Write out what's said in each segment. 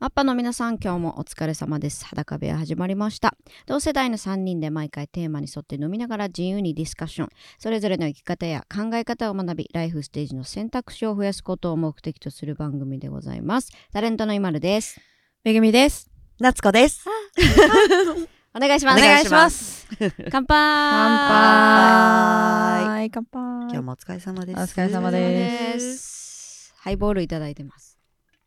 マッパの皆さん、今日もお疲れ様です。裸部屋始まりました。同世代の3人で毎回テーマに沿って飲みながら自由にディスカッション。それぞれの生き方や考え方を学び、ライフステージの選択肢を増やすことを目的とする番組でございます。タレントの今るです。めぐみです。夏子です。お願いしおます。願いします。 乾杯乾杯。乾杯。今日もお疲れ様です。お疲おれ様疲れ様でです。ハイボールいただいてます。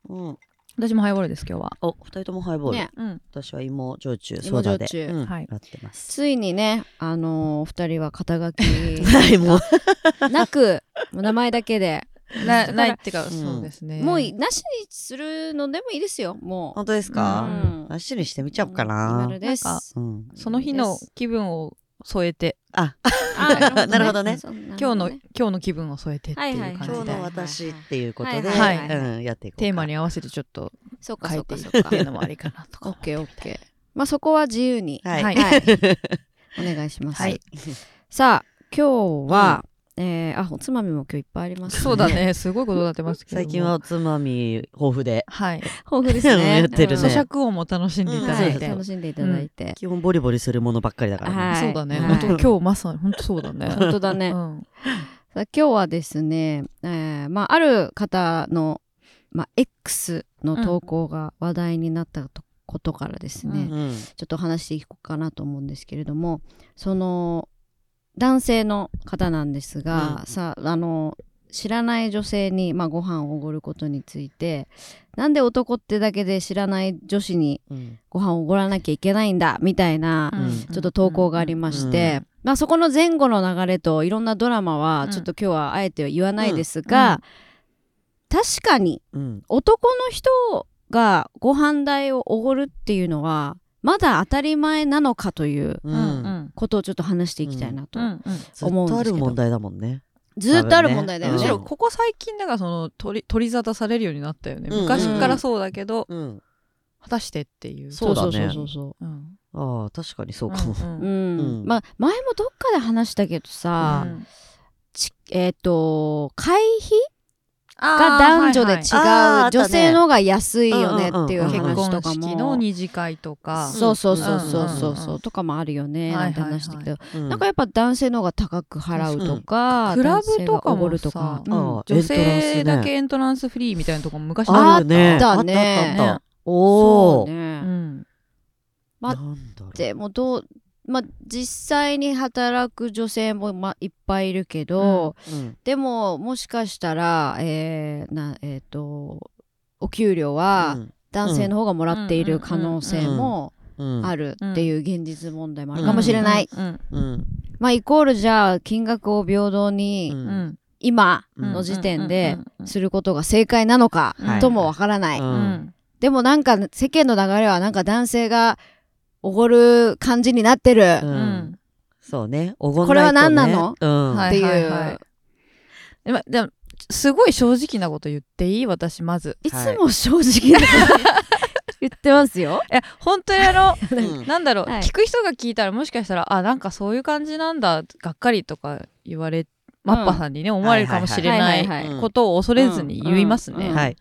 うん。私もハイボールです、今日は。お、二人ともハイボール。ねうん。私は芋焼酎、ソーダで。芋焼酎うんはいやってます。ついにね、あのーお二人は肩 書きはい、もう。なく、もう名前だけで、なないってか、んそうですね。もういなしにするのでもいいですよ、もう。本当ですうかんあっしにしてみちゃおうかうんな今。です。なんかうん。その日の気分を添えて、あ、あ なるほどね。そうなる今日ほどのね今日の気分を添えてっていうは感い今じ日ので、私っていうことで、はいはいはいうん、やっていこうか。テーマに合わせてちょっとそうか、そ変うえか、ていそうくっかて。いうのもありかなとオかッ。ケー、オッケー。まあそこは自由に、はいはいはいお願いします。はいさあ、今日は、えーあ、おつまみも今日いっぱいあります、 そうだ。ね、すごいことになってますけども。 最近はおつまみ豊富で。はい。豊富 ですね。やってるうん咀ね嚼音も楽しんでいただはいい、て。楽しんでいただいて。基本ボリボリするものばっかりだからね。はいそうだね。はい本当今日まさに、本当そうだね。本当だね。うんさあ今日はですね、えーまあ、ある方の、まあ、X の投稿が話題になったとことからですね、ちうょうん。っとお話していこうかなと思うんですけれどもその男性の方なんですが、うんさあの知らない女性に、まあ、ご飯をおごることについてなんで男ってだけで知らない女子にうん。ご飯をおごらなきゃいけないんだみたいな、うんちょっと投稿がありまして、うまあ、そこの前後の流れといろんなドラマはうんちょっと今日はあえては言わないですが、確かにうん。男の人がご飯代をおごるっていうのはまだ当たり前なのかというう。うんうんうんんことをちょっと話していきたいなと、うんうんずっとある問題だもんね。ずーっとある問題だよむねしろここ最近だからその取り取り沙汰されるようになったよね、うん昔からそうだけど、うん。果たしてっていうそうだねそうそうそううんああ、確かにそうかも。そう、ううんんうんまあ、前もどっかで話したけどさ、うんちえっ、と会費あーが男女で違う、あーあったね女性の方が安いよねっていううんうんうん話と結か婚も式の二次会とかそうそうそうそうそううんうんうんそううんとかもあるよねはなんいはいてはい話したけどうんなんかやっぱ男性の方が高く払うとかクラブと男か性がおごもるとさか、うんあー女性だけエエントランスフリーみたいなとこも昔あるよね。あったねあったあったあったねおお。そううねんまなんだろうでもどうまあ実際に働く女性もまあいっぱいいるけどうんでももしかしたらえーなえっとお給料はうん男性の方がもらっている可能性もうんあるっていう現実問題もあるうんかもしれない。うんうんまあイコールじゃあ金額を平等うにうんん今うんの時点でうんすることが正解なのかはいともわからない、ううんんでもなんか世間の流れはなんか男性がおごる感じになってるううんんそうね。おごんこれは何なのいとねうんいはははでもでもすごい正直なこと言っていい私まずいつも正直な言ってますよいや本当に あのう んなんだろう、はい聞く人が聞いたらもしかしたらあなんかそういう感じなんだがっかりとか言われマッパさんにね、思われるかもしれはないいはいはいことを恐れずに言いますうんうんね。はい。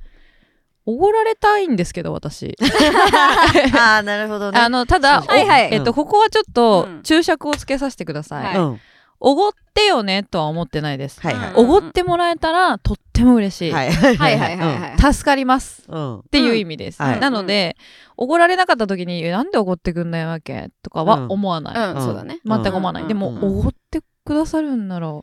おごられたいんですけど私ああ、 なるほどあのただ、そうはいはいえっうと、んここはちょっとうん注釈をつけさせてください。はいうんおごってよねとは思ってないです。はいはおごってもらえたらとっても嬉しい。い。い。はいはいはいはいはい、助かります。 うん。うんっていう意味でうす。んはいなので、おごられなかった時に、えなんでおごってくんないわけとかは思わない。うんそうだね全く思わない。でも、うんおごってくださるんなら、っ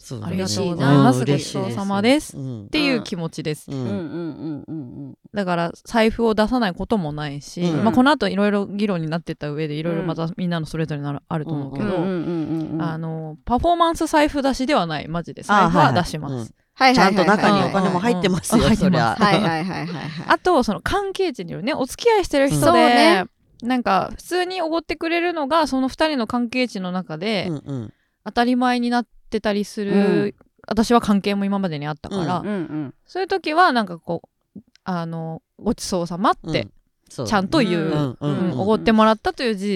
そうありがとうございますうん嬉しいごちそうさまですうんていう気持ちです。ううんんうんうんうんだから、財布を出さないこともないし、うんまあ、この後いろいろ議論になってった上で、いろいろまたみんなのそれぞれならあると思ううけんうんど、うんうんうんあの、パフォーマンス財布出しではない、マジで。あ財ー布はいははい出します。うんはいちはゃいんはといはい中にお金も入ってますよ、うんうんうんそりゃ。はいはいはいはいはいあとその関係値によるねお付き合いしてる人そうで、ねなんか普通におごってくれるのがその2人の関係値の中でうんうん当たり前になってたりする、うん私は関係も今までにあったから、うんうんそういう時はなんかこうあのごちそうさまうんって、そうちゃんと言うううんううんんうんおご、ってもらったという事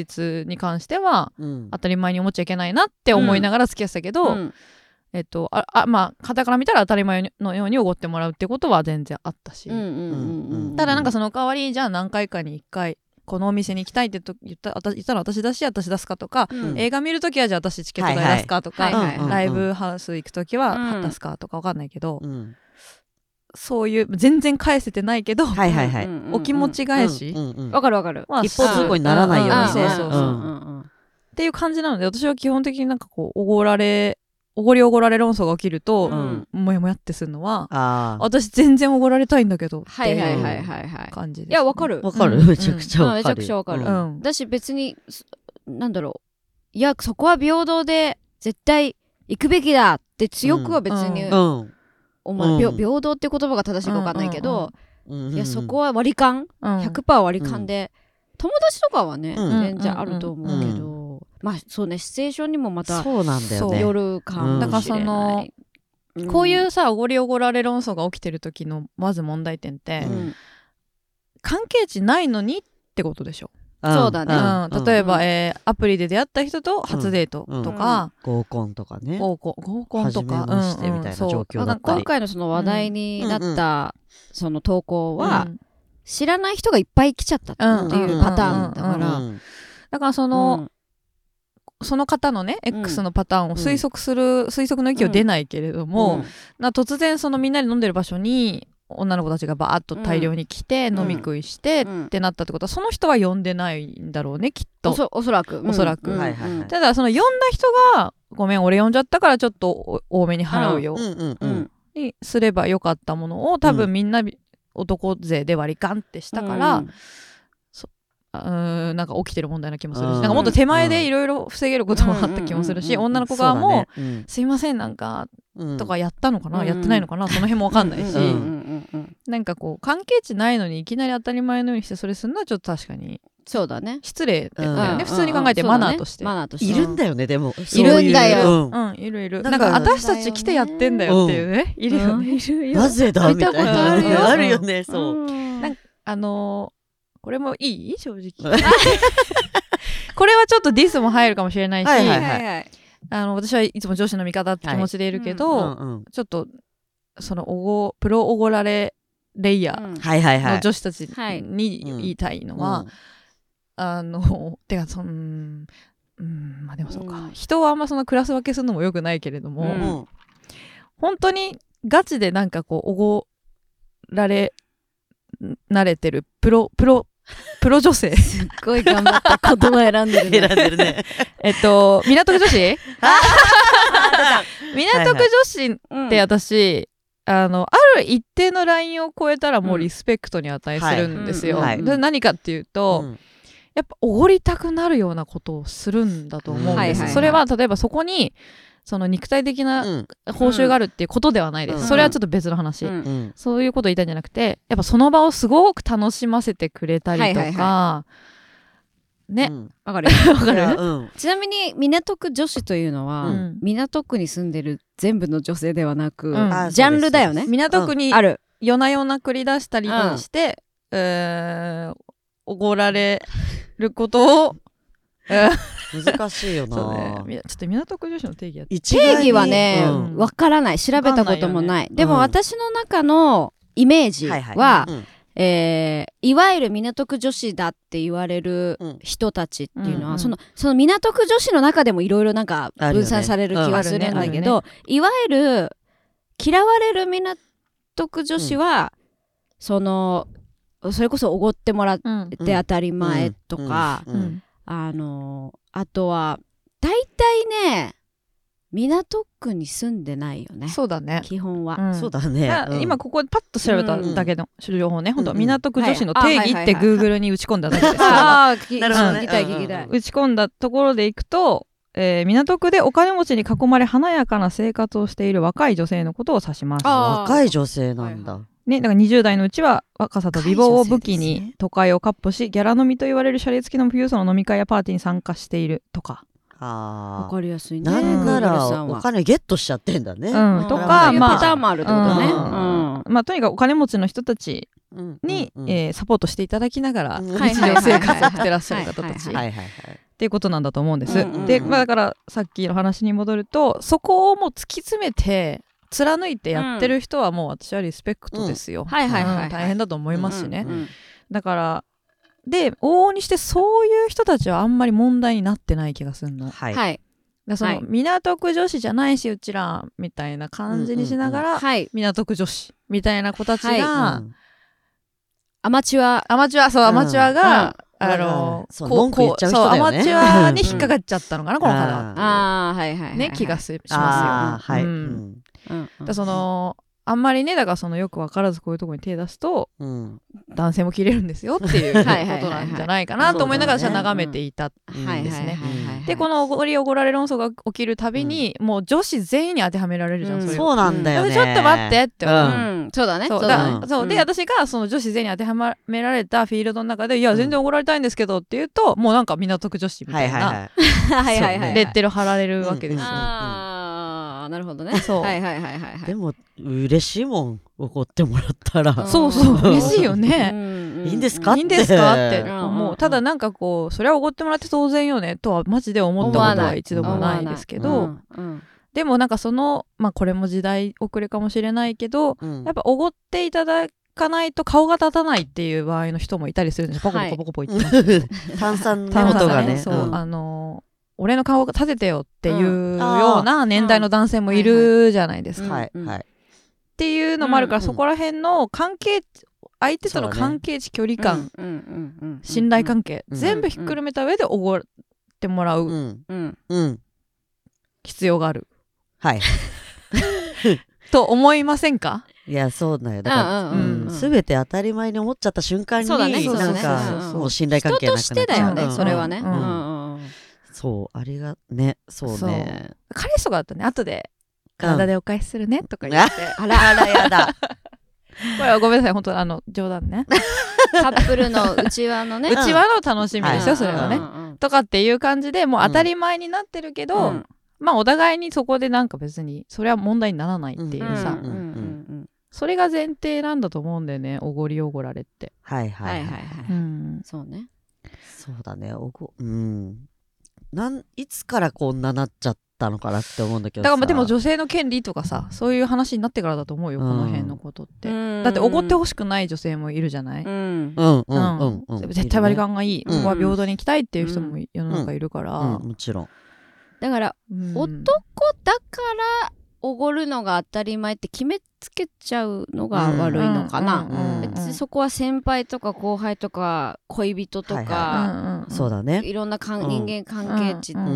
実に関してはうん当たり前に思っちゃいけないなって思いながら付き合ってたけど、うんえっと、ああまあ傍から見たら当たり前のようにおごってもらうってことは全然あったし、うんうんうんうんただなんかその代わりじゃあ何回かに1回このお店に行きたいってと言った私言ったら私だし私出すかとか、うん映画見るときはじゃあ私チケッはいトは代い出すかとか、はいはいはいライブハウス行くときはうん出すかとかわかんないけど、うんそういう全然返せてないけど、はいはいはい。お気持ち返うし、んうんうんわかるわかる。まあ一方通行にならないようにあね。あそうそうそううんうんうんっていう感じなので私は基本的になんかこうおごられおごりおごられ論争が起きると、うんもやもやってするのはああ。私全然おごられたいんだけどってはいはいいはういはいはい。感じです、いやわかる。わかる、うんめちゃくちゃわかる。うんめちゃくちゃわかるううんんだし別にすなんだろういやそこは平等で絶対行くべきだって強くは別にううん思う、うんびょ平等って言葉が正しいか分かんないけど、うんうんいやそこは割り勘、うん100%割り勘で、友達とかはね、うん全然あると思うけど、まあそうねシチュエーションにもまたそうなんだよそうね。夜感だからそのこういうさおごりおごられ論争が起きてる時のまず問題点って、うん関係値ないのにってことでしょ、んそうだうねん例えば、うんえーアプリで出会った人と初デートとか、合コンとかね。合コン合コンと初めかましてみたいな状況だった今り。回のその話題になった、その投稿は、うん知らない人がいっぱい来ちゃったっていうパターンだかうんら、うんだからその、その方のねうん X のパターンを推測する、推測の域を出ないけれども、な突然そのみんなで飲んでる場所に女の子たちがバーッと大量に来てん飲み食いしてっうんてなったってことはその人は呼んでないんだろうねきっおと。そおそらくおそらくはいはいはいただその呼んだ人が「ごめん俺呼んじゃったからちょっとお多めに払うようんうんううんん。にすればよかったものを多う分みんなび男勢で割り勘ってしたから、うんうーんなんか起きてる問題な気もするし、うんなんかもっと手前でいろいろ防げることもあった気もするし、うんうんうんうん女の子側も、そうだねすいませんなんかうんとかやったのかな、うんやってないのかなその辺もわかんないし、うんうんうんうんなんかこう関係値ないのにいきなり当たり前のようにしてそれするのはちょっと確かにそうだね失礼だようね、ん普通に考えてうんうんマナーとしそうて。だねマナーとしているんだよねでもいるんだよそういううんうん、いるいる。だなんかから私たち来てやってんだよっていうね。いるよね。いるよなぜだ見みたたいことなあるよ あるよねそううんなんかあのーこれもいい正直。これはちょっとディスも入るかもしれないし、はいはいはいあの私はいつも上司の味方って気持ちでいるけど、うんうんちょっとそのおごプロおごられレイヤーうんはいはいはのい女子たちはいに言いたいのは、あの てかそのうんうんまあでもそうか、うん人をあんまそのクラス分けするのもよくないけれども、ううんんうん本当にガチでなんかこうおごられ慣れてるプロプロプロ 女性すっごい頑張った言葉選んでる選んねでるねえっと港区 女子港区女子っうんて私、あのある一定のラインを超えたらもうリスペクトに値するんですよ。はいうんで何かっていうと、うんやっぱおごりたくなるようなことをするんだと思うんです、はいはいはいそれは例えばそこにその肉体的なうん報酬があるっていうことではないでうす、んそれはちょっと別の話、うんうんそういうこと言いたいんじゃなくてやっぱその場をすごく楽しませてくれたりとか、はいはいね、うんわかるよわかいやる、うん ちなみに港区女子というのは、うん港区に住んでる全部の女性ではなく、うんあジャンルだよね港区にある夜な夜な繰り出したりうんして、えーおごられることを、えーそうです難しいよそうねなみちょっと港区女子の定義やって一定概に義はねうんうんわからない調べたこともわかんなないでもうん私の中のイメージは、はいいはいうんえーいわゆる港区女子だって言われるうん人たちっていうのは、うんそのその港区女子の中でもいろいろなんかあるよね分散される気うんはするんあだるけねど、いわゆる嫌われる港区女子は、そのそれこそおごってもらっうんて当たり前とか、うんうんあのあとは大体ね港区に住んでないよねそうだね、基本は。うんそうだねだうん今ここでパッと調べただけの情報ね、本当うん港区女子の定義はっいてはいはいはい Google に打ち込んだだけで すああ、聞きなるほどね聞きたいうん聞きたい。うん打ち込んだところでいくと、えー港区でお金持ちに囲まれ華やかな生活をしている若い女性のことを指します。あー若い女性なんだね、だから20代のうちは若さと美貌を武若い女器性ですにね都会を割歩し、ギャラ飲みと言われるシャレ付きの富裕層の飲み会やパーティーに参加しているとか、わあーかりやすいね。なんなグーグルらさんおは金ゲットしちゃってんだねうん、とあか、あいうまパターあンもあるってことね。うんまあ、とにかくお金持ちの人たちうんに、うんうんえーサポートしていただきながらうん日常生活を送ってらっしゃる方たちはいっは はいはいはいっていうことなんだと思うんです。うんうんうんで、まあ、だからさっきの話に戻るとそこをもう突き詰めて貫いてやってる人はもう私はリスペクトですよ。はいはいはいはいうん大変だと思いますしね。うんうんだからで往々にしてそういう人たちはあんまり問題になってない気がするの。だかはい。はいらその、はい港区女子じゃないしうちらみたいな感じにしながら、はい港区女子みたいな子たちが、はいうんアマチュアアマチュアそううんアマチュアが、うんあのそうこ文句言っちゃう人だよねこうそうアマチュアに引っかかっちゃったのかな、この方あああはいはいはいはいね気がすしまあすーはよ。い。ううんんうんうんだからそのあんまりねだからそのよく分からずこういうところに手出すとうん。男性も切れるんですよっていうこといはいはいはいなんじゃないかなと思いながら私は眺めていたうんはいはいですねはいはいはいでこのおごりおごられ論争が起きるたびに、もう女子全員に当てはめられるじゃん、うんそれをそうなんだよね。ちょっと待ってって思うううんんそうだねそうそうだだからねそうでうん私がその女子全員に当てはめられたフィールドの中で「いや全然おごられたいんですけど」って言うと、もうなんか港区女子みはたいいはいなはい。はいはいはいはいレッテル貼られるわけですうんよ。ああなるほどねそうはいはいはいはいはいでも嬉しいもん怒ってもらったら、んそうそううん嬉しいよね。ういいんですかいいんですかってうん思うただなんかこうそれはおごってもらって当然よねとはマジで思ったことは一度もないですけ思ど、わうんうんでもなんかそのまあこれも時代遅れかもしれないけどうんやっぱおごっていただかないと顔が立たないっていう場合の人もいたりするんですよポコポコポコポコ言ってますけど、 炭酸のたま音たがまね。ね、そう、んあの俺の顔が立ててよっていううんような年代の男性もいるじゃないですか。うんはいうんはい。っていうのもあるから、うんそこら辺の関係相手とそのうだね関係値、距離感、うんうんうんうん信頼関係、うん全部ひっくるめた上でおごってもらううんうんうん必要がある、はい。と思いませんかいやそうだよ。だからうんうんうんうんすべて当たり前に思っちゃった瞬間に、そうだねそうだなんねそうそうか、そうもう信頼関人係なとくなっしちゃうてだようねんそれはねううんんうんうんそう、ありが、ね、そう そうね。彼氏とかだったらね後で体でお返しするねとか言って、あらあらやだ。これはごめんなさい本当あの冗談ねカップルの内輪 のねうちわの楽しみですうよ、んそれはね、うんねとかっていう感じでもう当たり前になってるけど、うんまあお互いにそこでなんか別にそれは問題にならないっていううんさ、うんうんうんそれが前提なんだと思うんだよねおごりおごられって、はいうんははいはいいははいい。うん、そうねそうだね。おこ、うん。なん、いつからこんななっちゃったのかなって思うんだけどだかさ。らまあでも女性の権利とかさそういう話になってからだと思うよこうんの辺のことって、だだっておごってほほしくない女性もいるじゃない、うんうんううんうんうん。絶対割り勘がいい、うんそこは平等に行きたいっていう人も世の中いるから、うん、もちろん。だからうん男だからおごるのが当たり前って決めつけちゃうのが悪いのかな、うん別にそこは先輩とか後輩とか恋人とか、はいうんうんそうだね。いろんなかん、うん人間関係値うんう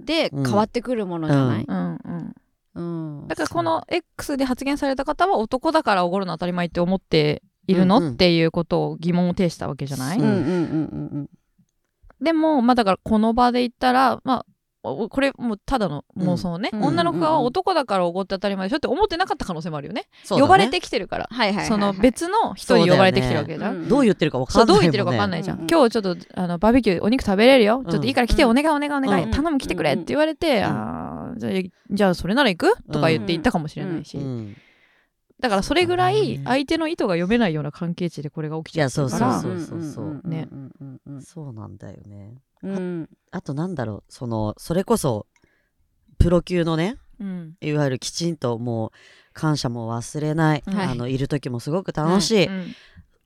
んでうん変わってくるものじゃない、うんうんうんだからこの X で発言された方は男だからおごるの当たり前って思っているの、うんうんっていうことを疑問を呈したわけじゃない、うんうんうんうんでもまあだからこの場で言ったらまあおこれもうただの妄想ね、うん女の子うんうんはうん男だからおごって当たり前でしょって思ってなかった可能性もあるよねそうだね呼ばれてきてるから、はいはいはいはいその別の人に呼ばれてきてるわけじゃん、うんどう言ってるかわそかうんないもどうね。ん言ってるか分かんないじゃん、うんうん今日ちょっとあのバーベキューお肉食べれるよ、ちょっといいから来てうんお願いお願いお願い、うん頼む来てくれうっんて言われて、んあーじゃあじゃあそれなら行くとか言って行ったかもしれないし、うん。だからそれぐらういん相手の意図が読めないような関係値でこれが起きいちゃや、ってそうるかそうらそうそうそんう。うんうんうんうんそうなんだよね。うんうんあとなんだろう、その、それこそ、プロ級のね、うんいわゆるきちんともう、感謝も忘れない。はいあの、いる時もすごく楽しい。うん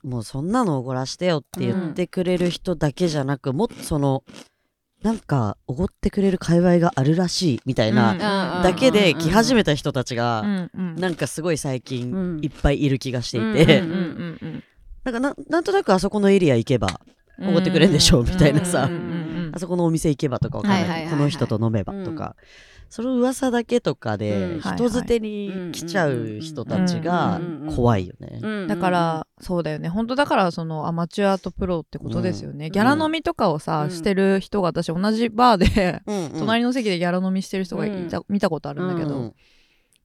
もうそんなのおごらしてよって言ってくれる人だけじゃなく、もっとその、なんか、おごってくれる界隈があるらしいみたいな、うんだけで来始めめた人たちが、うんうんなんかすごい最近、うんいっぱいいる気がしていうんて、うんうんうんなんかななんとなくあそこのエリア行けば、うんおごってくれんでしょみたいなさうんうんうんあそこのお店行けばとかわかんない,、はいはいはいはいこの人と飲めばとか、その噂だけとかうでん人づてに来ちゃう人たちがうん怖いよね。だから、そうだよね本当だからそのアマチュアとプロってことですよね、うんギャラ飲みとかをさ、うんしてる人が私同じバーでうんうん隣の席でギャラ飲みしてる人がいた、見たことあるんだけうど、ん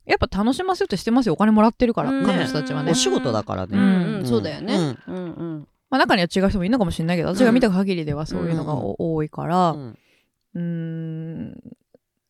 やっぱ楽しませようとしてますよお金もらってるから、うん彼女たちはねお、仕事だからね。うんんう、うんんそうだよね、うんうんうんまあ、中には違う人もいるのかもしれないけど私が見た限りではそういうのがお多いから、うんうーん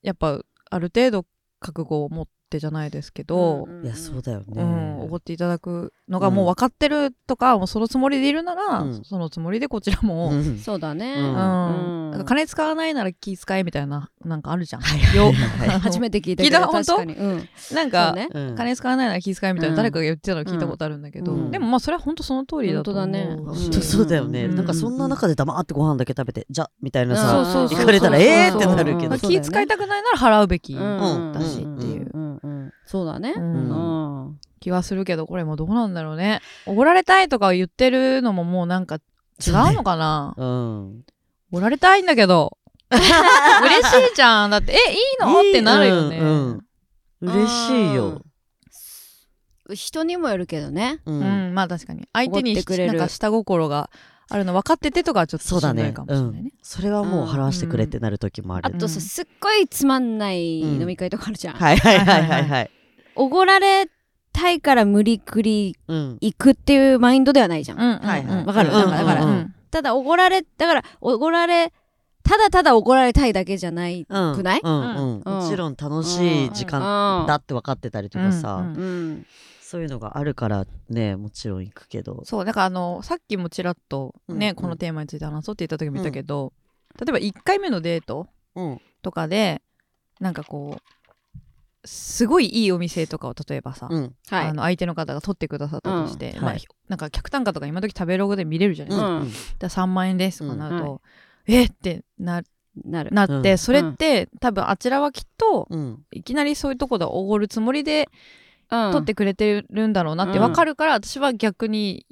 やっぱある程度覚悟を持っってじゃないですけど、いやそうだようね、ん、おごっていただくのがもう分かってるとか、もうそのつもりでいるなら、うんそのつもりでこちらも、うんんそうだね、うんなんか金使わないなら気使えみたいななんかあるじゃん。よはいはい あの初めて聞いたけ聞いどた本確当かに、うん、なんそうか、ねうん金使わないなら気遣いみたいな、うん誰かが言ってたの聞いたことあるんだけど、うんでもまあそれは本当その通りだと思う本当だね本うん当そうだよね、うんなんかそんな中で黙ってご飯だけ食べてじゃみたいなそさ、うそうそう行かれたらえーってなるけどまあ気遣いたくないなら払うべき、うんだしっていううんうんうんそうだねううんん、気はするけどこれもどうなんだろうねおごられたいとか言ってるのももうなんか違うのかなうんおごられたいんだけど嬉しいじゃんだってえいいのってなるよね、うんうん嬉しいよ、人にもよるけどねううんん、まあ確かに相手おごにってくれるなんか下心があるの分かっててとかはちょっとしそんうだどいねかもしうれないねん。それはもう払わせてくれってなる時もあある、とさうんすっごいつまんないうん飲み会とかあるじゃん、はいはいはいはいはい、おごられたいから無理くりうん、行くっていうマインドではないじゃん、うんうんはいはいわかるうんなんかだからうんうんただおごられだからおごられただただおごられたいだけじゃないうんくないうんうんうんもちろん楽しい時間間だって分かってたりとかさ、うんうんうんそういうのがあるからねもちろん行くけどそうだからあのさっきもちらっとね、うんうんこのテーマについて話そうって言った時も言ったけど、例えば1回目のデートうんとかでなんかこうすごいいいお店とかを例えばさ、うんはいあの相手の方が取ってくださったとしうて、んまあはいなんか客単価とか今時食べログで見れるじゃないうですか,、ん3万円ですとかなると、えっってななるなって、うんそれって多分あちらはきっとうんいきなりそういうとこでおごるつもりで取取ってくれてるんだろうなってうん分かるから、私は逆に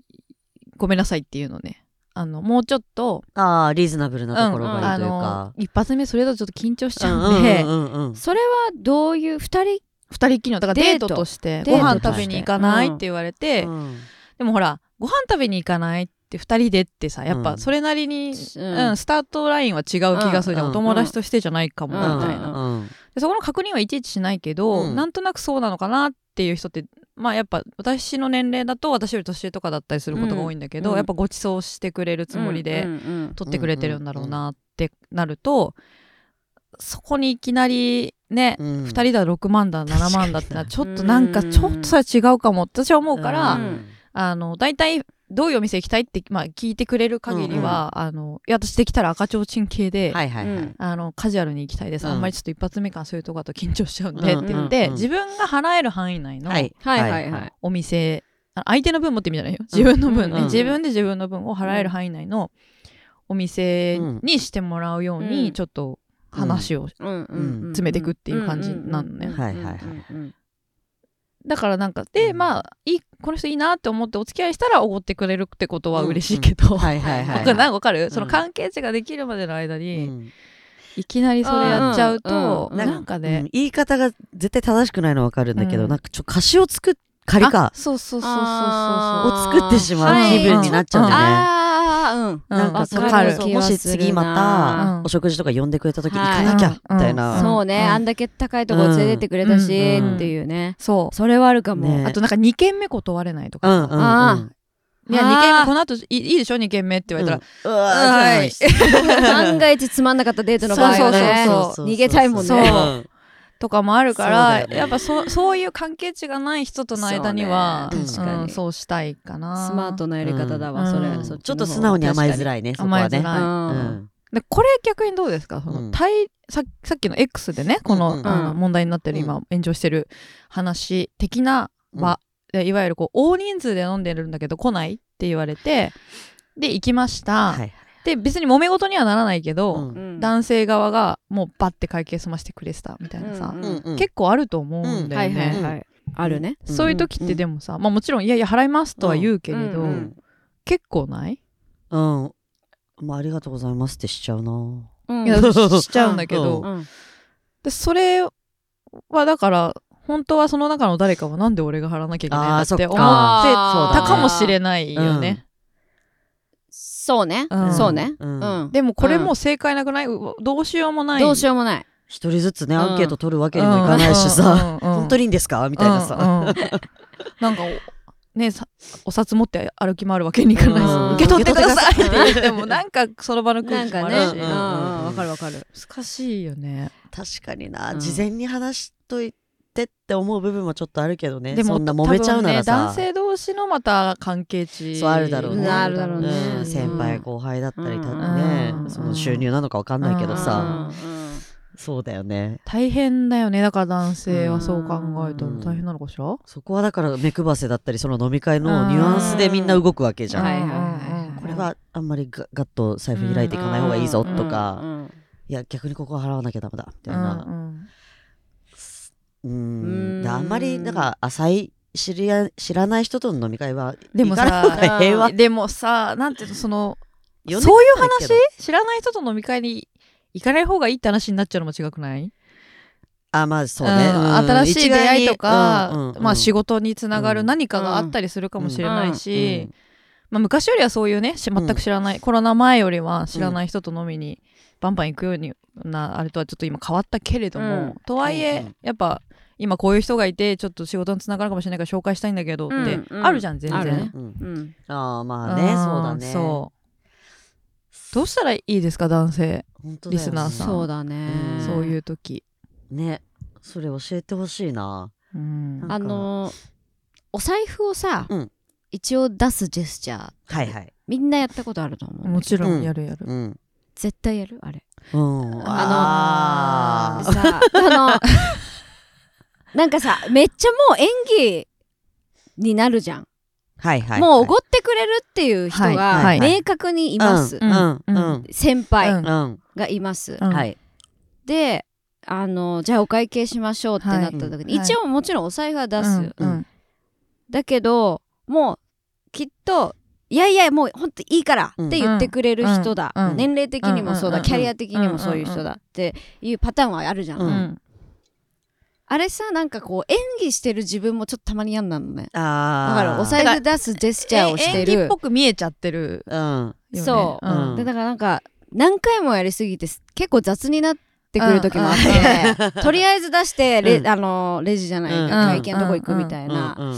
ごめんなさいっていうのねあのもうちょっとああリーズナブルなところうんがいあいというかの、一発目それだとちょっと緊張しちゃうんうんで、うんうんうんそれはどういう二人二人っきりのだからデーデトートとしてデーごト飯食べに行かないって言われて、うんでもほらご飯食べに行かないって二人でってさやっうぱんそれなりに、ううんんスタートラインは違う気がするじゃん、うんお友達としてじゃないかもうみんたいな、うんでそこの確認はいちいちしないけど、うんなんとなくそうなのかなっていう人ってまあやっぱ私の年齢だと私より年上とかだったりすることが多いんだけど、うんやっぱご馳走してくれるつもりでうんうん取ってくれてるんだろうなってなると、そこにいきなりね、うんうん2人だ6万だ7万だってな確ちょっとなんかちょっとさ違うかもって私は思うから、うんあの大体どういうお店行きたいって、まあ、聞いてくれる限りは、あのいや私できたら赤ちょうちん系で、はいはいはういんあのカジュアルに行きたいです、うんあんまりちょっと一発目からそういうとこだと緊張しちゃうんで、うんって言って、うんうん自分が払える範囲内のはいはいはいはいお店、あ相手の分持ってみじゃないよ自分の分ね、うん自分で自分の分を払える範囲内のお店にしてもらうように、うんちょっと話を、うんうんうん詰めてくっていう感じなのねうんうんはいはいはいうんだからなんかでまあいいこの人いいなって思ってお付き合いしたらおごってくれるってことは嬉しいけど、はいはいはいわ かるなんかわかる、んその関係値ができるまでの間うに、んいきなりそれやっちゃうと、うんなうんんかうねん、言い方が絶対正しくないのはわかるんだけどうんなんかちょ歌詞を作っ仮あかそうそうそうそうあそうーを作ってしまはうい気分になっちゃうんだよねああうんうんなんかわそれわこかるそもし次まうんたお食事とか呼んでくれた時行かなきゃうんみたいな、んそうね、うんあんだけ高いとこ連れてってくれたし、うんっていうねそうそれはあるかも、ねあとなんか2軒目断れないとかうんうんさ、うんあいや2軒あ目ーこの後いいいでしょ2軒目って言われたら、うんうわーはいじゃあ万が一つまんなかったデートの場合はねそうそう逃げたいもんねそううんとかもあるかそうだら、よねやっぱそそういう関係値がない人との間にはそうね確かにうんそうしたいかなスマートなやり方だわ、うんそうんれそっちょっと素直に甘えづい、らいねそこ甘えはづねらい、うんでこれ逆にどうですかその、うん対ささっきの X でねこの,、うんうんあうのん問題になってる、うん今炎上してる話的な場、でいわゆるこう大人数で飲んでるんだけど来ないって言われてで行きました、はいで別に揉め事にはならないけど、うんうん男性側がもうバッて会計済ましてくれてたみたいなさ、うんうんうん結構あると思うんだはよいね、はいはい、あるねそういう時ってでもさ、まあ、もちろんいやいや払いますとは言うけれど、うん結構ない、うん、まあありがとうございますってしちゃうなうん いや私しちゃうんだけど、うんうんでそれはだから本当はその中の誰かはなんで俺が払わなきゃいけないんだって思あーそっかってあーたかもしんれないよね、そうね、うんそうねううんん、でもこれもう正解なくない、うわどうしようもないどうしようもない一人ずつねうんアンケート取るわけにもいかないしさ、本当ににいいんですかみたいなさ、なんかおねさお札持って歩き回るわけにいかないし、うん受け取ってくださいって受け言取ってくださいってもなんかその場のな空ん気もかあね、るうし、んうんわかるわかる難しいよね確かにな、うん事前に話しといってって思う部分もちょっとあるけどねでもそんな揉めちゃうなら多さ、分ね、男性同士のまた関係値そうあるだろうねあるだろうねうん、先輩後輩だったりた、うんねうんその収入なのかわかんないけどさ、うんうんそうだよね大変だよねだから男性はそう考えたらうん大変なのかしら、そこはだから目くばせだったりその飲み会のニュアンスでみんな動くわけじゃん、はいはいはいはいこれはあんまりガガッと財布開いていかない方がいいぞとか、いや逆にここは払わなきゃダメだみたいな、うんうんうんであんまりなんか浅い知り合い知らない人との飲み会はでもさ行かない方が平和うんでもさなんていうのそのよねそういうだ話けど知らない人と飲み会に行かない方がいいって話になっちゃうのも違くないあまあそうね、うんうん新しい出会いとか、一概にうんうんうんまあ、仕事につながる何かがあったりするかもしれないし、まあ、昔よりはそういうねし全く知らない、コロナ前よりは知らない人と飲みにバンバン行くようになあれとはちょっと今変わったけれども、うんとはいえ、うんうんやっぱ今こういう人がいてちょっと仕事につながるかもしれないから紹介したいんだけどって、うんうんあるじゃん全あるね然。うんうんうんああまあねんそうだねそうどうしたらいいですか男性、本当だよねリスナーさんそうだねうんそういうう時、ねそれ教えてほしいなうんあのーお財布をさうん一応出すジェスチャーはいはいみんなやったことあると思うもちろうんんやるやる、うん絶対やるあれうんのあーさあの なんかさめっちゃもう演技になるじゃんはいはいはいもうおごってくれるっていう人はがいはい明確にいますうんうんううんん先う輩んうんがいますうんはいであのじゃあお会計しましょうってなった時にはい一応もちろんお財布は出すようんうんだけどもうきっといやいやもうほんといいからって言ってくれる人だ、うんうん年齢的にもそうだ、うんキャリア的にもそういう人だっていうパターンはあるじゃん、うんあれさなんかこう演技してる自分もちょっとたまに嫌になるのねだああからお財布出すジェスチャーをしてえ演技っるぽく見えちゃってるうんよねそううんでだからなんか何回もやりすぎて結構雑になってくる時もあって、 とりあえず出してレ,、うんあのレジじゃないか、うん会計のとこ行くみたいな、うん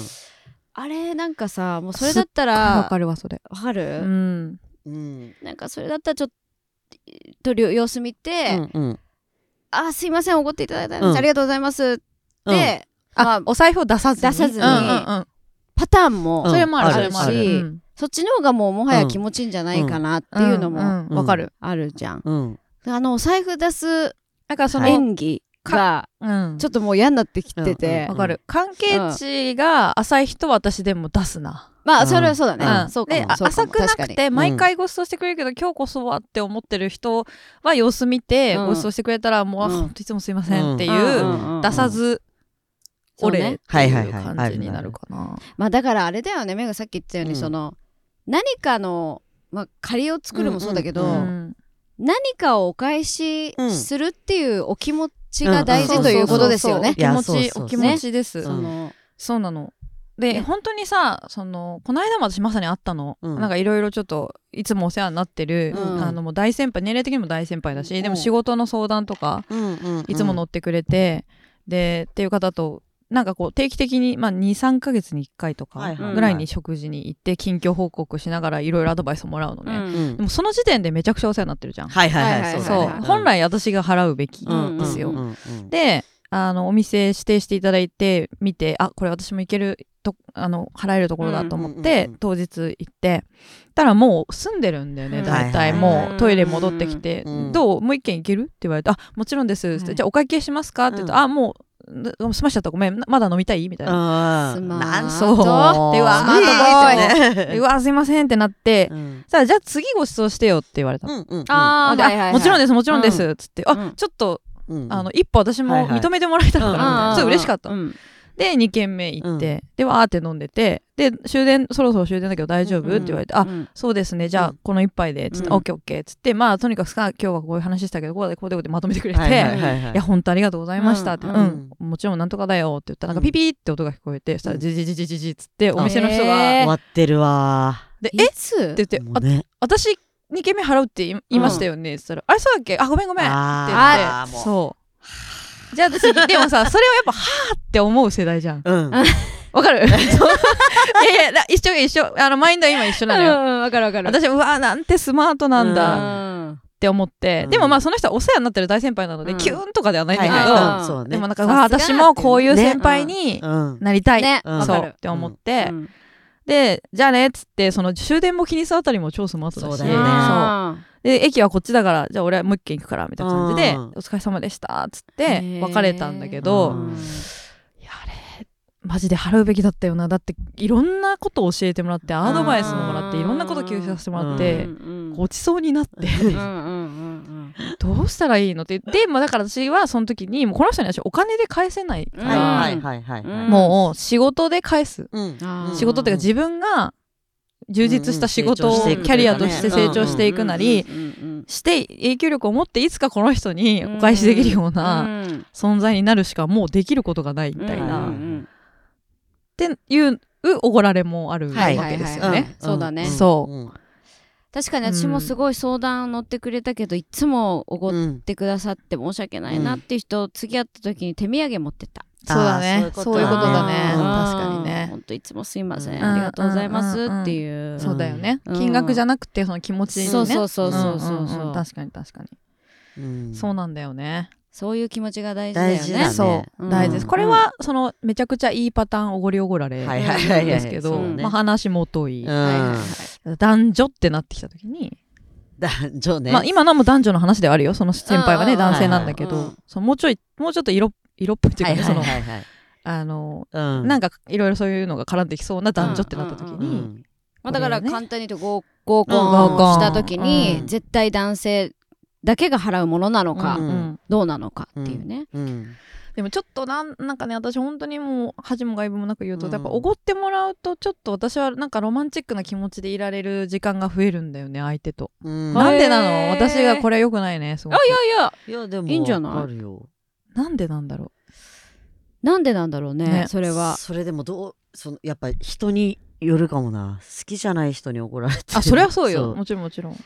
あれなんかさもうそれだったわらかるわそれわかる、うんうんなんかそれだったらちょっとりょ様子見て、うんうんあーすいませんおごっていただいたんです、うんありがとうございますって、まあお財布を出さずに出さずにうんうんうんパターンも、うんそれもあるあるしそれもあるうんそっちの方がもうもはや気持ちいいんじゃないかなっていうのもんんわかるあるじゃん。うんあのお財布出すだからその演技がうんちょっともう嫌になってきてて、わかる関係値が浅い人は私でも出すなまあそれはそうだね、うんそうかでもあそうか浅もくな確くかにて毎回ご馳走してくれるけど今日こそはって思ってる人は様子見てうんご馳走してくれたらもうあうんほんといつもすいませんっていんううんうんうん出さずそうね俺っていう感じになるかなまあだからあれだよねメグさっき言ってたように、うんその何かの、まあ、借りを作るもそうだけど、うんうんうんうん何かをお返しうんするっていうお気持ちが大事ということですよね。いやお気そうそ持うちそうお気持ちですうんそのそうなの。で、ね本当にさそのこの間も私まさに会ったの、うんなんかいろいろちょっといつもお世話になってる、うんあのもう大先輩年齢的にも大先輩だし、でも仕事の相談とかうんうんうんいつも乗ってくれて、でっていう方となんかこう定期的に、まあ、23ヶ月に1回とはかいはいはいぐらいに食事に行って近況報告しながらいろいろアドバイスをもらうのうね、うんんでもその時点でめちゃくちゃお世話になってるじゃん、はいはいはいはいそう、はいはい本来私が払うべきうんですよ、うんであのお店指定していただいて見てあこれ私も行けるとあの払えるところだと思って、うんうんうんうん当日行ってたらもう住んでるんだよね、うん大体はいもう、はいトイレ戻ってきて「うんどうもう一軒行ける?」って言われて「あもちろんです」って、はいじゃあお会計しますか?」って言うとうんあもう済ましちゃったごめんまだ飲みたい?」みたいな。あスマあートそうでうわスマートボーうわすいませんってなって、うんさあじゃあ次ご馳走してよって言われたの、うんうんあーではいはいはいもちろんですもちろんです、つってあ、うんちょっとうんあの一歩私も認めてもらえたのかなみたいな、はいはいちょっと嬉しかった、うんで2軒目行って、でわーって飲んでてで終電そろそろ終電だけど大丈夫、って言われて、うあんそうですねじうゃあんこの一杯でつって、うんオッケーオッケーっつってまあとにかくさ今日はこういう話でしたけどこうでこうでこうでまとめてくれて、はいいはいはいはいや本当ありがとうございましたって、ううんんうんもちろんなんとかだよって言ったらなんかピピーって音が聞こえて、そしたらジジジジジジっつってお店の人が、えー終わってるわでいえっつて言って、もあうね私2軒目払うって言い言いましたよねっつったら、あれそうだっけあごめんごめんあーっても言うってそうじゃあ次でもさそれはやっぱはーって思う世代じゃんうんわかるそういやいやだ一緒一緒あのマインドは今一緒なのようんわかるわかる。私うわーなんてスマートなんだうんっだって思って、うんでもまあその人はお世話になってる大先輩なので、うんキューンとかではないんだけど、はいはいうんそうだねでもなんか、さすがわあ私もこういう先輩にうんなりたい、ねうんわそかうるって思っうて、んでじゃあねっつってその終電も気にするあたりも超スマートだしそうだよねそうあで駅はこっちだからじゃあ俺はもう一軒行くからみたいな感じでうん「お疲れ様でした」っつっへてー別れたんだけーど、うんいやあれマジで払うべきだったよなだっていろんなことを教えてもらってアドバイスももらってうんいろんなこと吸収させてもらっうんて、うんごちそうになってうんうんどうしたらいいのってでもだから私はその時にもうこの人に私お金で返せないから、はいはいはいはいはい。もう仕事で返すうんあー仕事っていうか自分が充実した仕事をうんうんキ成長していくャリアとして成長していくなりうんうんして影響力を持っていつかこの人にお返しできるよううんうなんうん存在になるしかもうできることがないみたいな、うんうっんていうおごられもあるうんわけですはいはよね。いはいそうだねそうん確かに私もすごい相談乗ってくれたけどいつもおごっうんてくださって申し訳ないなっていう人次会った時に手土産持ってったそうだねあーそういうことだねあー確かにね本当いつもすいません、うんありがとうございますっていう,、そうだよね、うん金額じゃなくてその気持ちにねそうそうそうそうそう,、んんん確かに確かに、うんそうなんだよねそういう気持ちが大事だよね大事だねそう、うん大事ですこれは、そのめちゃくちゃいいパターンおごりおごられはいはいはいはいですけど、そうねまあ、話も遠い、うはいはいんはい男女ってなってきた時に、男女ね。まあ、今のも男女の話ではあるよその先輩はうんねうんうん男性なんだけど、うんそのもうちょいもうちょっと色色っぽいっていうはかいはね、いそのはいはい。あのうんなんかいろいろそういうのが絡んできそうな男女ってなった時うに、うんまあ、だからこれね簡単に言うと合合コうん合ンコをンした時に、うん絶対男性だけが払うものなのか、うんうんどうなのかっていうね、うんでもちょっとなんなんかね私本当にもう恥も外部もなく言うと、うんやっぱおごってもらうとちょっと私はなんかロマンチックな気持ちでいられる時間が増えるんだよね相手と、うんなんでなへーの私がこれは良くないねすごくあいやいやいやでもいいんじゃないわかるよ。なんでなんだろなんでなんだろうねねそれはそれでもどうそのやっぱ人によるかもな。好きじゃない人に怒られてうあそれはそうよもちろんもちろん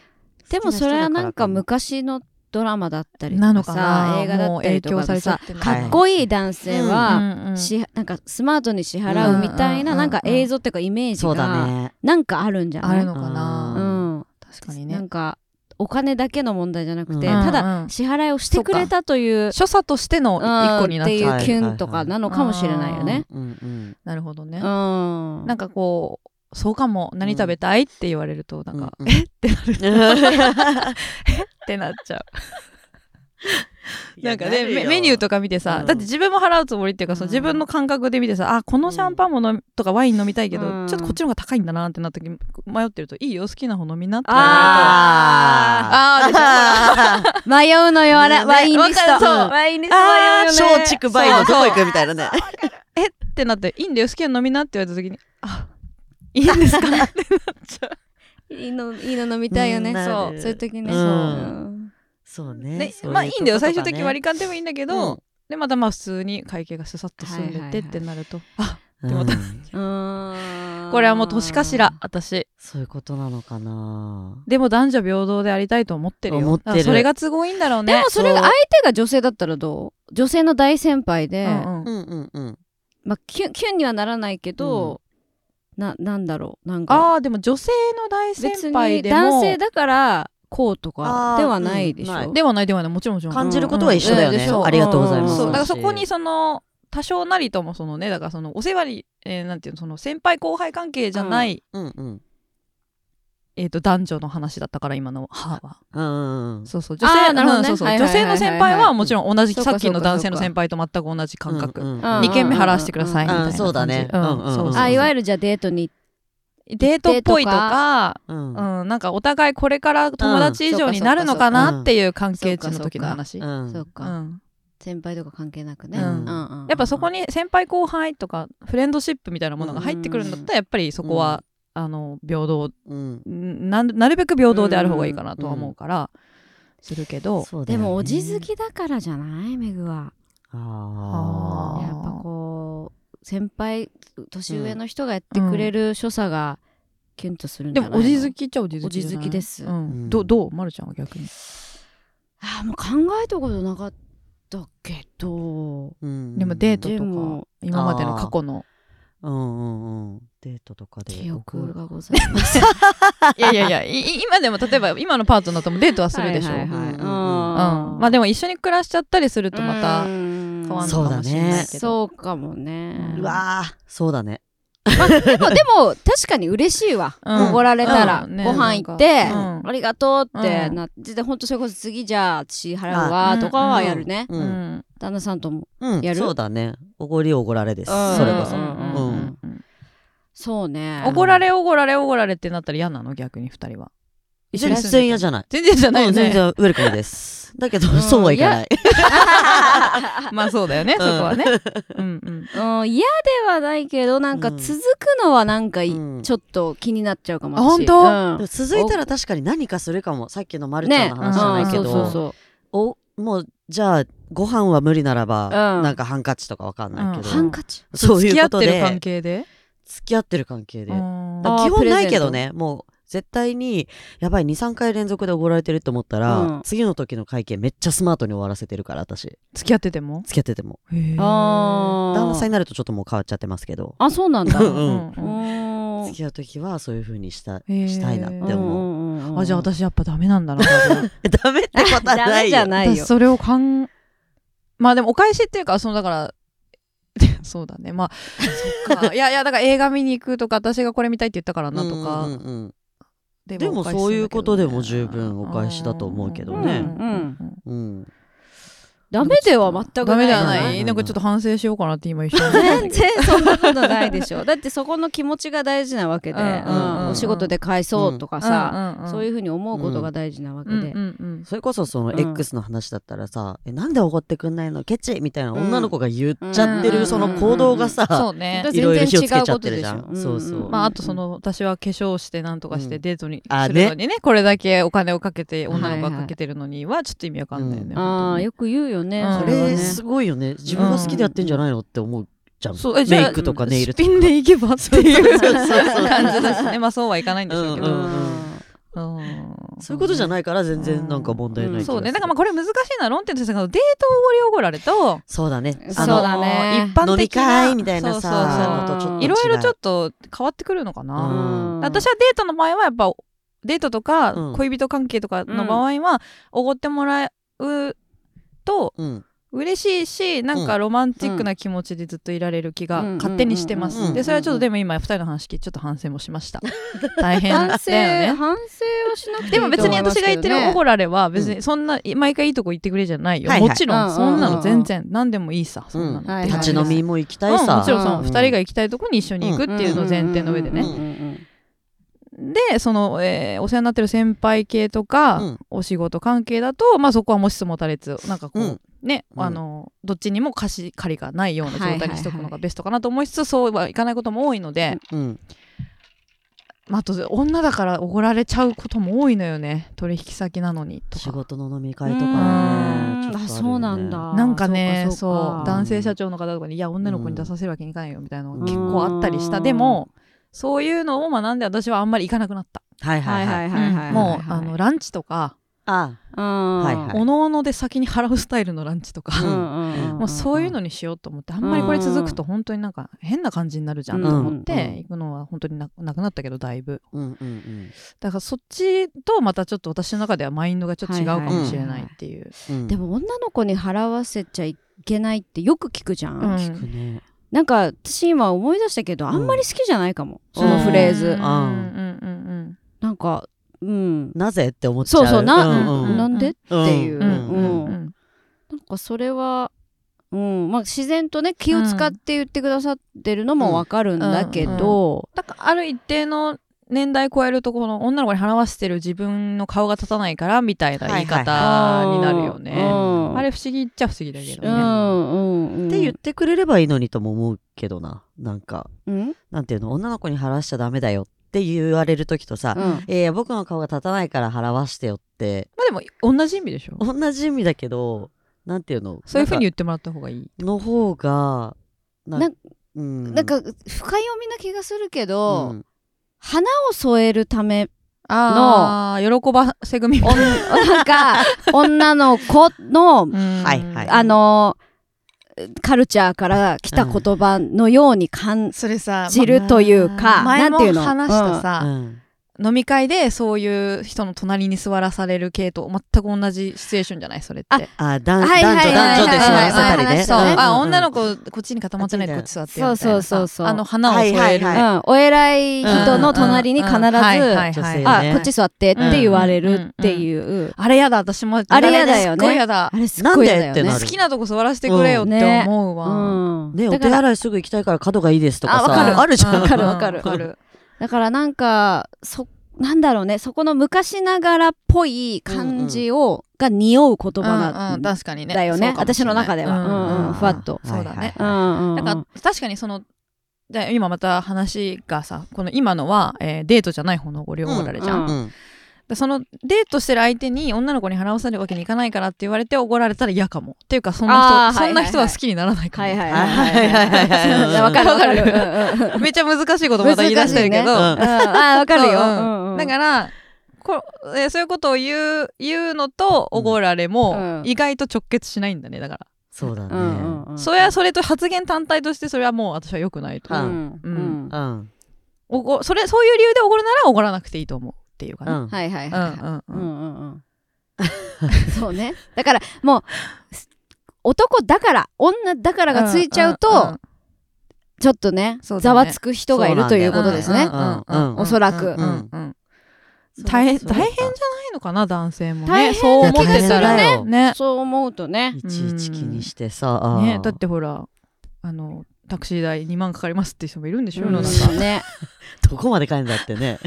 でもそれはなんか昔のドラマだったりとなのかかさな映画だったりとかもう影響さでれちゃさってんのかっこいい男性は、うんうんしなんかスマートに支払うみたいな、うんなんかうんうん映像っていうかイメージそうだがね。なんかあるんじゃあない、るのかな、ううん確かになねんかお金だけの問題じゃなくて、うんただだ支払いをしてくれたという、所作としてのうん一個になっちゃっう、ていうキュンとかなのかもしれないよね。うんうんなるほどね、うん、なんかこうそうかも何食べたいって言われるとなんか、うんえ って なるってなっちゃうなんかねメメニューとかか見てさ、うんだって自分も払うつもりっていうかその自分の感覚で見てさ、あこのシャンパンものとかワイン飲みたいけど、うんちょっとこっちの方が高いんだなってなった時迷ってると「いいよ好きな方飲みな」って言われるとああーでしょあー迷うのよあれ、ねワインリスわかトるそうワインリストあ迷うーよね松竹梅のどこ行くみたいなね。えってなって「いいんだよ好きなの飲みな」って言われた時に「あいいんですか? 」ってなっちゃう。いいのいいの飲みたいよね、うんそなうるそういう時ね、うんうんそうねね。そううまあいいんだよこと最ね終的に割り勘でもいいんだけど、うんでまたまあ普通に会計がすさっと進んはでいっはいてっはいてなると、うんでも多うんあこれはもう年かしら私そういうことなのかな。でも男女平等でありたいと思ってるよ思ってるだからそれが都合いいんだろうねでもそれが相手が女性だったらどう女性の大先輩で、うんうんうんうんうん。まあ、キュンキュンにはならないけど、ななんだろうなんかああでも女性の大別先輩にでも男性だからこうとかあーではないでしょ、うんないではないではないもちろんもちろん感じることは一緒だようんうんねでしょ。ありがとうございます。そうだから私そこにその多少なりともそのねだからそのお世話に、えーなんていうのその先輩後輩関係じゃない、うんうんえー、と男女の話だったから今の母は。うんうんそうそうあ女ー性なるほどねうんそうそうはいはいは女いはい性はいの先輩はもちろん同じそうかさっきそうのかそうか男性の先輩と全く同じ感覚、うんうんうん2軒目払わせてくださいみうんたういなん感じ、そうだねうんうんうんうんそうそうあいわゆるじゃあデートにデートっぽいとか、うんうんうん、なんかお互いこれから友達以上になるのかなっていう関係値の時の話、うんうんそうか、先輩とか関係なくね、うんうんうんやっぱそこに先輩後輩とかフレンドシップみたいなものが入ってくるんだったらやっぱりそこは、あの平等うんななるべく平等である方がいいかなとは思うから、するけど、そうだでよねもおじ好きだからじゃないメグはああーやっぱこう先輩年上の人がやってくれる所作がキュンとするんじでゃないものおじ好きっちゃおじ好おきじじゃない好きですううんん、どどうまるちゃんは逆にあーもう考えたことなかったけどあ。でもデートでともか今までの過去のうんうんうんデートとかで記憶僕がござい ます。いやいやいやいい 今でも例えば今のパートナーともデートはするでしょ、はいはいはいうんうん、まあでも一緒に暮らしちゃったりするとまた変変わんそのうかだもねしれないけど、そうかもね。ううわーそうだねでもでも確かに嬉しいわ。うんおごられたら、うんねご飯行って、なんかうんありがとうってなって、で本当それこそ次じゃあ私払うわとかはやるね、う、うんん旦那さんとも。うん、やるそうだねおごりおごられですうんそれこそうんうんそうね。おごられおごられおごられってなったら嫌なの逆に二人は一緒に全住んでて然嫌じゃない全然じゃないようん全ね、然ウェルカムです だけどうんそうはいかないまあそうだよね、うんそこはねうん う んうん、嫌ではないけどなんかうん続くのはなんかい、うんちょっと気になっちゃうかもあ私本当うんでも続いたら確かに何かするかもさっきのまるちゃんのかも話しじれゃねないけうんそうそうどそうおもうじゃあご飯は無理ならばうんなんかハンカチとかわかんないけどうんハンカチそう付いきう合ことってる関で係で付き合ってる関係でうだんあから基本ないけどねもう絶対にやばい23回連続でおごられてると思ったら、うん次の時の会見めっちゃスマートに終わらせてるから私付き合ってても付き合っててもああー旦那さんになるとちょっともう変わっちゃってますけどあそうなんだ。うんうん 付き合う時はそういう風にしたへーしたいなってうんう思う、んうんうんあじゃあ私やっぱダメなんだな多分 ダメってことはダなメいじよゃないよ私。それをかんまあでもお返しっていうかそのだから そうだね まあそっかいやいやだから映画見に行くとか私がこれ見たいって言ったからなとか、うんうんうんででもお返しそういうことでもするんだけどね十分お返しだと思うけどねうんうんうんうんうんダメでは全くない。ダメではダメなでいはないなんかちょっと反省しようかなって今一瞬思ったんだ 全けど然そんなことないでしょ。だ ってそこの気持ちが大事なわけで、うんうんうんお仕事で返そうとかさ、うんうんそういうふうに思うことが大事なわけうんでう。んうんそれこそそのうん X の話だったらさ、えなんで怒ってくんないのケチみたいなうん女の子が言っちゃってうんるその行動がそさ、うねだっていろいろ火をつけちゃってるじゃん全然違うことでしょそうそうんまあ、あとその私は化粧してなんとかしてうんデートにあするのにね,、これだけお金をかけて女の子がかけてるのにはちょっと意味わかんないよね。うんああ本よく言うよね。うんあそれはれね。すごいよね自分が好きでやってんじゃないのって思うじゃん、そうメえじゃあイクとかネイル当とにかスピンでいけばっていうそうそうそう感じだし ねまあそうはいかないんでしょうけうど、んうんそういうことじゃないから全然なんか問題ない気がするそうねだからまあこれ難しいな論点としてはデートおごりおごられとそうだねそうのだね一般的な飲み会みたいなさそうそうそうのといろいろちょっっと変わってくるのかな。うん私はデートの場合はやっぱデートとかうん恋人関係とかの場合はおごってもらうと違ううん嬉しいしなんかロマンチックな気持ちでずっといられる気がうん勝手にしてまうんすでそれはちょっとでも今2人の話聞いてちょっと反省もしました 大変だよ反省ね反省はしなくていでいとも思い別にます私けどが言ってるおごねられは別にそんな毎回いいとこ行ってくれじゃないよはいはいもちろうんんそんなの全然何でもいいさそんなうんのはいはい立ち飲みも行きたいうんさもちろんそのうん2人が行きたいとこに一緒に行くっていうのを前提の上でねうんうんうんでその、えーお世話になってる先輩系とか、うんお仕事関係だと、まあ、そこはもしつもたれつなんかこう、うんね、うんあのどっちにも貸し借りがないような状態にしておくはいはのいはがベストかなと思いつつ、そうはいかないことも多いので、うんまあ、あと女だからおごられちゃうことも多いのよね取引先なのにと仕か。事の飲み会とかうんはねちょっとるよねあそうなんだなんかねあそうそうか男性社長の方とかにいや女の子に出させるわけにいかないよみたいなのうんが結構あったりした、でもそういうのを学んで私はあんまり行かなくなった、はいははいいははいいはいはいもうあのランチとかあははいいははいいおのおので先に払うスタイルのランチとか、うんもうそういうののにしようと思ってあんまりこれ続くと本当になんか変な感じになるじゃんと思って、うんうんうん行くのは本当にななくなったけどだいぶうんうんうんだからそっちとまたちょっと私の中ではマインドがちょっと違うかもしれないっていう、うんでも女の子に払わせちゃいけないってよく聞くじゃん、うん聞くねなんか私今思い出したけどうんあんまり好きじゃないかも、そのフレーズ、うんうんうんなんかうんなぜって思っちゃそううそうな,、んうんうんうんなんでっていう、ううんんうんうんうんなんかそれは、うんまあ、自然とね気を使って言ってくださってるのもわかるんだけど、だからある一定の年代超えるとこの女の子に払わせてる自分の顔が立たないからみたいな言い方になるよね、うんうんうん、あれ不思議っちゃ不思議だけどうね、んうんうんって言ってくれればいいのにとも思うけどななんかうんなんていうの女の子に払わしちゃダメだよって言われる時とさ、うんえー僕の顔が立たないから払わしてよってまあでも同じ意味でしょ同じ意味だけどなんていうのそういうふうになん言ってもらった方がいい。かの方がななんうんなんか深読みな気がするけうど、ん花を添えるためあの喜ばせ組おん なんか女の子のははいはいあのカルチャーから来た言葉のように感それさじるというか、なあ前んもていうの話したさ、うん飲み会でそういう人の隣に座らされる系と全く同じシチュエーションじゃないそれって。ああ男はいはい男はいはい女男女で座らせたりはいはいはねいそううんうんあ女の子子こっちに固まってないでこっち座ってよそうみたいそうそなうそうあの花を添える、はいはいうん、お偉い人の隣に必ず、うんうんうんはいはいはい女性あねこっち座ってって言われるっていう、あれやだ私もあれやだよねすっごいやあだれすっごい嫌だよねなんでってな好るきなとこ座らせてくれよっうんてね思うわ、うんねおだ手から洗いすぐ行きたいから角がいいですとかあわかるさあるじゃんわかるわかるわかるだからなんかそなんだろうねそこの昔ながらっぽい感じを、が匂う言葉うんなうんんだ,、確かにねよそねうかもし私れなのい中では、ううんんうんふわっと。そうだねうんうんうんなんか確かにそので今また話がさこの今のは、えーデートじゃない方のご両方られじゃん、うんうんうんでそのデートしてる相手に女の子に払わせるわけにいかないからって言われて怒られたら嫌かもっていうかそんあーな人はいそんな人は好きにならないかも、はいはいははいいはいははいいはいはい はいわかるわかる。わうんかうんうんめっちゃ難しいことまた言い出してるけど、うんあーわかるよ。そううんうんうんだからこ、えーそういうことを言う言うのとおごられうんもうん意外と直結しないんだねだから、そうだねうんうんうんそれはそれと発言単体としてそれはもう私は良くないとう思んう、ううんんうんおごそれそういう理由でおごるならおごらなくていいと思うっていうかうな、んはいはいうはいんはうい。んううんんうんうん そうねだからもうす男だから女だからがついちゃうと、んんんちょっとねそうだねざわつく人がいるということですうねん。うんうんうんおそらくうんうんうんそう大変そう大変じゃないのかな男性も大ね変そう思ってたらだよねねそう思うとね。いちいち気にしてさあーねだってほらあのタクシー代2万かかりますっていう人もいるんでしうょ世のん中ね、どこまで帰るんだってね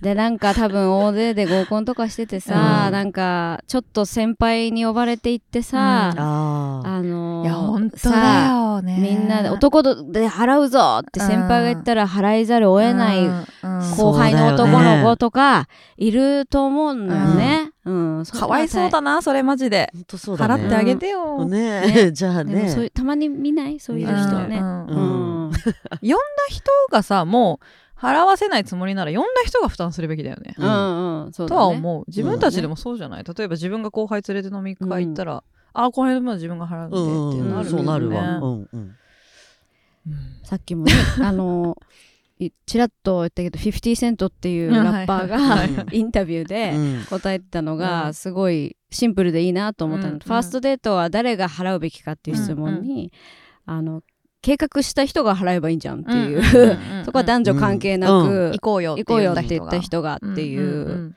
でなんか多分大勢で合コンとかしててさ、うんなんかちょっと先輩に呼ばれていってさ、うんあ ーあのーいや本当ださよねみんなで男で払うぞって先輩が言ったら払いざるを得ないうんうん後輩の男の子とかいると思うんだよね。うん、かわいそうだなそれマジで本当そうだ払ってねあげてよ、ねね じゃあでもそういねうたまに見ないそういうう人んねうう。ん呼んだん、う人がさもう払わせないつもりなら呼んだ人が負担するべきだよね、うん、うんうんそうだね。とは思う自分たちでもそうじゃない、例えば自分が後輩連れて飲み会行ったら、ああ後輩の分は自分が払うんでうんってうなるんけどそねうなるわううんんうんさっきもね、 あのいちらっと言ったけど、50セントっていうラッパーうんがはうんインタビューでうん答えてたのうがんすごいシンプルでいいなと思ったの、うんファーストデートは誰が払うべきかっていう質問に、あの計画した人が払えばいいじゃんっていう、うんうんう んそこは男女関係なく、うん行こうよ行こうよって言った人がっていう、んん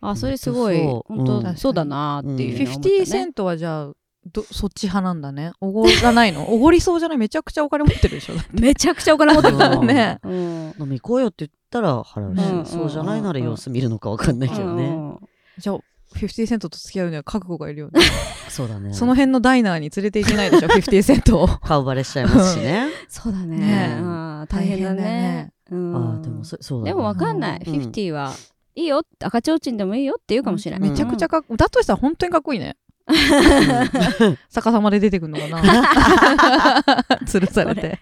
あそれすごいうん本当うんそうだなってういんうふうねに思った、ね、 50セントはじゃあどそっち派なんだねおごらない のおごりそうじゃないめちゃくちゃお金持ってる でしょだってめちゃくちゃお金持ってると思う、ねうん飲み行こうよって言ったら払うし、うんそうじゃないならうん様子見るのかわかんないけどね、うんじゃあ50セントと付き合うには覚悟がいるよねそうだねその辺のダイナーに連れて行けないでしょ50セントを顔バレしちゃいますしね、そうだねねうん大変だね大変だねうんああでもそそうだねでもわかんない、うん50はいいよ赤ちょうちんでもいいよって言うかもしれない、うんめちゃくちゃかっこだとしたら本当にかっこいい ね逆さまで出てくるのか な吊るされて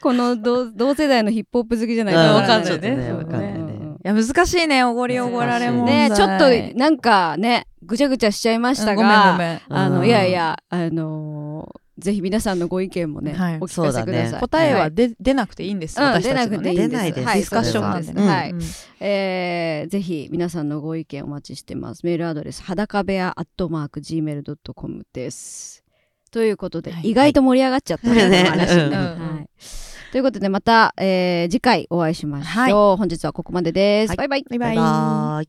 この同 同世代のヒップホップ好きじゃないうんとわかんないねそうわかんないねうんうんいや難しいねおごり難しおいごられもねちょっとなんかねぐちゃぐちゃしちゃいましたごが、めんごめんあうのんいやいやあのーぜひ皆さんのご意見もね、はいお聞かせください。答えははい出、出なくていいんです、うん私たちの出なくていいんです出ないですはいディスカッションなんでそすうね、ですはいうんえーぜひ皆さんのご意見お待ちしてます。メールアドレス裸部屋アットマーク gmail.com です。ということで、はい意外と盛り上がっちゃったね、はこいの話ね、ねうんうんはい。ということでまた、えー次回お会いしましょう。本日はここまでです。はいバイバイ。バイババイイバーイ